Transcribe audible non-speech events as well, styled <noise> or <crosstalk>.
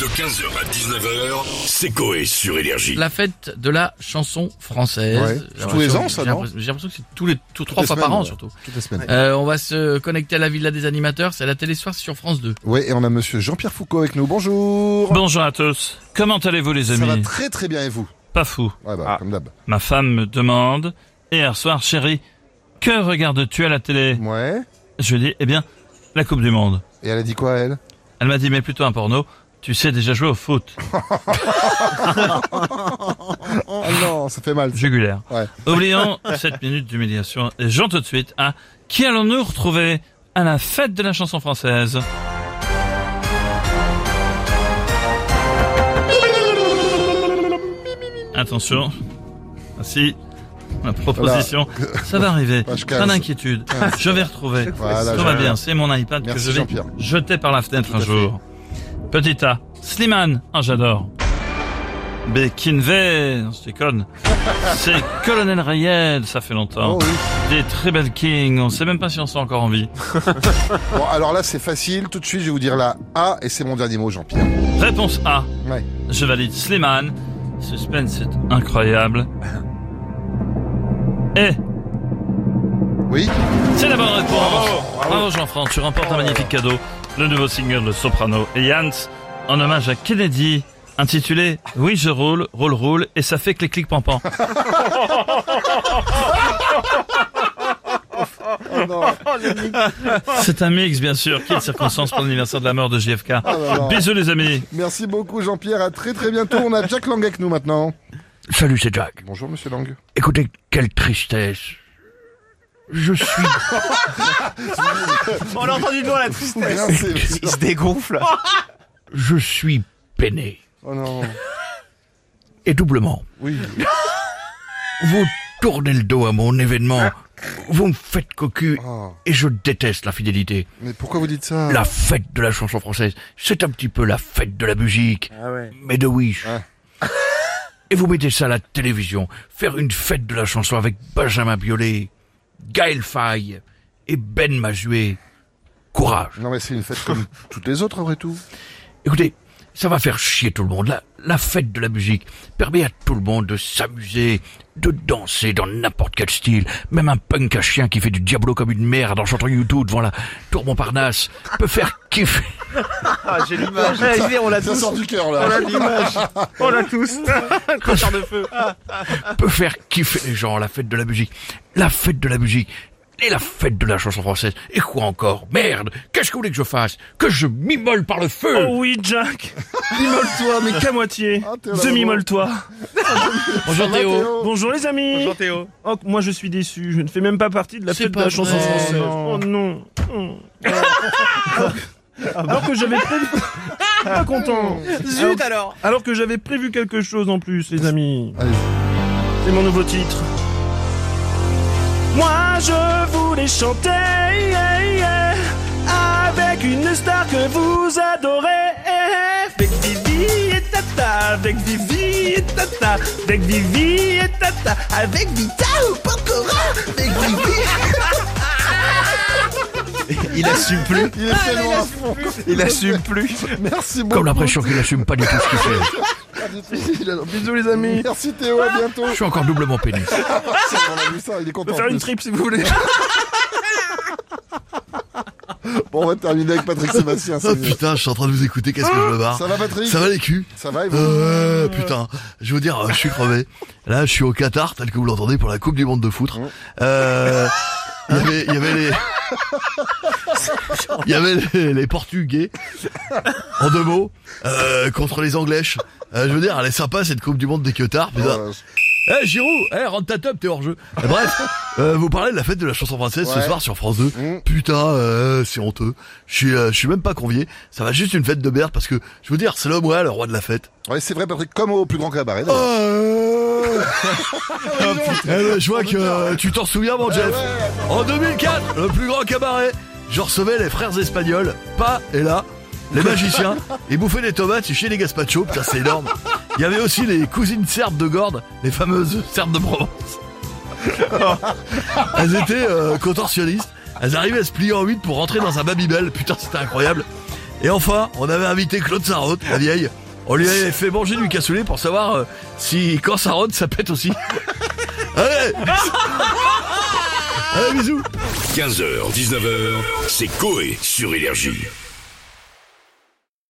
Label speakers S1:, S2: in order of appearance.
S1: De 15h à 19h, c'est Coé sur Énergie.
S2: La fête de la chanson française.
S3: Ouais.
S2: J'ai
S3: Tous les
S2: l'impression-
S3: ans, ça,
S2: j'ai
S3: non
S2: l'impression- J'ai l'impression que c'est tous les tous- trois
S3: les
S2: fois
S3: semaines,
S2: par an
S3: ouais.
S2: surtout.
S3: Toutes les semaines.
S2: Euh, on va se connecter à la villa des animateurs. C'est à la télé soir sur France 2.
S3: Ouais, et on a monsieur Jean-Pierre Foucault avec nous. Bonjour.
S4: Bonjour à tous. Comment allez-vous les
S3: Ça va
S4: amis
S3: très très bien et vous
S4: Pas fou.
S3: Ouais, bah, comme d'hab.
S4: Ma femme me demande, hier soir chérie, que regardes-tu à la télé
S3: Ouais.
S4: Je lui dis, eh bien, la Coupe du Monde.
S3: Et elle a dit quoi, elle
S4: Elle m'a dit, mais plutôt un porno, tu sais déjà jouer au foot.
S3: Oh non, ça fait mal.
S4: Jugulaire.
S3: Ouais.
S4: Oublions <laughs> cette minute d'humiliation et j'en tout de suite à qui allons-nous retrouver à la fête de la chanson française Attention, voici ma proposition. Ça va arriver,
S3: Page
S4: pas
S3: 15.
S4: d'inquiétude.
S3: Ah,
S4: Je vais retrouver.
S3: Voilà,
S4: Tout va
S3: je-
S4: bien, c'est mon iPad que
S3: Merci,
S4: je vais
S3: Jean-Pierre.
S4: jeter par la fenêtre un
S3: à fait.
S4: jour. Petit A, Slimane, ah j'adore. B. Kinvey, non, je déconne. C'est Colonel Rayel, ça fait longtemps.
S3: Oh oui.
S4: Des très belles King, on sait même pas si on sera encore en vie.
S3: Bon, alors là, c'est facile. Tout de suite, je vais vous dire la A et c'est mon dernier mot, Jean-Pierre.
S4: Réponse A,
S3: Ouais.
S4: je valide Slimane. Suspense, c'est incroyable. Et
S3: Oui
S4: c'est la bonne réponse. Bravo, Jean-Franck, tu remportes un magnifique cadeau. Le nouveau single de Soprano et Jans, en hommage à Kennedy, intitulé Oui, je roule, roule, roule, et ça fait clic, clic, pan, pan.
S3: non.
S4: C'est un mix, bien sûr. Quelle circonstance pour l'anniversaire de la mort de JFK.
S3: là là.
S4: Bisous, les amis.
S3: Merci beaucoup, Jean-Pierre. À très très bientôt. On a Jack Lang avec nous maintenant.
S5: Salut, c'est Jack.
S3: Bonjour, monsieur Lang.
S5: Écoutez, quelle tristesse. Je suis
S6: On l'a entendu de loin la tristesse.
S3: Bien, c'est-
S6: Il se dégonfle.
S5: je suis peiné.
S3: Oh non.
S5: Et doublement.
S3: Oui.
S5: Vous tournez le dos à mon événement. Vous me faites cocu
S3: Oh.
S5: et je déteste la fidélité.
S3: Mais pourquoi vous dites ça
S5: La fête de la chanson française, c'est un petit peu la fête de la musique, mais de Wish.
S3: Ouais.
S5: Et vous mettez ça à la télévision, faire une fête de la chanson avec Benjamin Biolay, Gaël Faye et Ben Mazué. Courage.
S3: Non, mais c'est une fête comme toutes les autres, après tout.
S5: Écoutez, ça va faire chier tout le monde. La, la fête de la musique permet à tout le monde de s'amuser, de danser dans n'importe quel style. Même un punk à chien qui fait du diablo comme une merde en chantant YouTube devant la tour Montparnasse peut faire kiffer.
S6: Ah, j'ai l'image. On l'a
S3: Ça
S6: tous.
S3: sort du cœur,
S6: On
S3: là.
S6: l'a l'image. On l'a tous. Cotard de feu.
S5: peut faire kiffer les gens, la fête de la musique. La fête de la musique. Et la fête de la chanson française. Et quoi encore Merde Qu'est-ce que vous voulez que je fasse Que je m'immole par le feu
S6: oui, Jack. Immole-toi, mais qu'à moitié.
S3: Ah, t'es là, Demi-molle-toi.
S2: Bonjour Théo.
S3: Mathéo.
S7: Bonjour les amis
S6: Bonjour Théo.
S7: Oh, moi je suis déçu, je ne fais même pas partie de la
S2: C'est
S7: fête de
S2: pas
S7: la chanson
S2: vrai.
S7: française.
S3: Non. Ah, bah.
S7: Oh non
S3: <laughs>
S7: Oh. Alors que j'avais prévu... pas content
S6: Zut alors.
S7: Alors que j'avais prévu quelque chose en plus les amis.
S3: Allez.
S7: C'est mon nouveau titre. Moi je voulais chanter yeah, yeah, avec une star que vous adorez. Avec Vivi et Tata, avec Vivi et Tata, avec Vivi et Tata, avec Vita ou Pokora, avec Vivi.
S6: Il assume plus.
S3: Ah, Il est tellement à fond.
S6: Il assume plus.
S3: Merci beaucoup.
S5: Comme l'impression qu'il assume pas du tout ce qu'il fait.
S3: Bisous les amis. Merci Théo, à bientôt.
S5: Je suis encore doublement pénible.
S3: On a vu ça, il est
S7: On
S3: content.
S7: peut faire
S3: en
S7: une
S3: plus.
S7: trip si vous voulez.
S3: Bon, on va terminer avec Patrick Sébastien. c'est
S8: Oh
S3: mieux.
S8: putain, je suis en train de vous écouter, qu'est-ce que je me barre
S3: Ça va Patrick
S8: Ça va les culs
S3: Ça va et vous
S8: euh, putain, je veux dire, euh, je suis crevé. Là, je suis au Qatar, tel que vous l'entendez, pour la Coupe du Monde de foutre. Euh, il y avait, il y avait les, il y avait les, les Portugais, en deux mots, euh, contre les Anglais. Euh, je veux dire, elle est sympa cette Coupe du Monde des Qatar,
S3: Oh,
S8: putain. Eh Giroud, eh rentre ta top, t'es hors jeu. Eh, bref, euh, vous parlez de la fête de la chanson française ce
S3: Ouais.
S8: soir sur France 2.
S3: Mm.
S8: Putain, euh, c'est honteux. Je suis, euh, je suis même pas convié. Ça va être juste une fête de merde parce que je veux dire, c'est l'homme ouais, le roi de la fête.
S3: Ouais, c'est vrai Patrick, comme au plus grand cabaret.
S8: Ah,
S3: d'ailleurs.
S8: euh, eh ben, je vois que euh, tu t'en souviens, mon Jeff. En 2004, le plus grand cabaret. Je recevais les frères espagnols, pas et là, les magiciens. Ils bouffaient des tomates chez les gazpachos. Putain, c'est énorme. Il y avait aussi les cousines serbes de Gordes, les fameuses serbes de Provence. Elles étaient euh, contorsionnistes. Elles arrivaient à se plier en 8 pour rentrer dans un Babybel. Putain, c'était incroyable. Et enfin, on avait invité Claude Sarraute, la vieille. On lui avait fait manger du cassoulet pour savoir euh, si quand ça rôde, ça pète aussi. Allez Allez, bisous
S5: 15h, 19h, c'est Coé sur Énergie.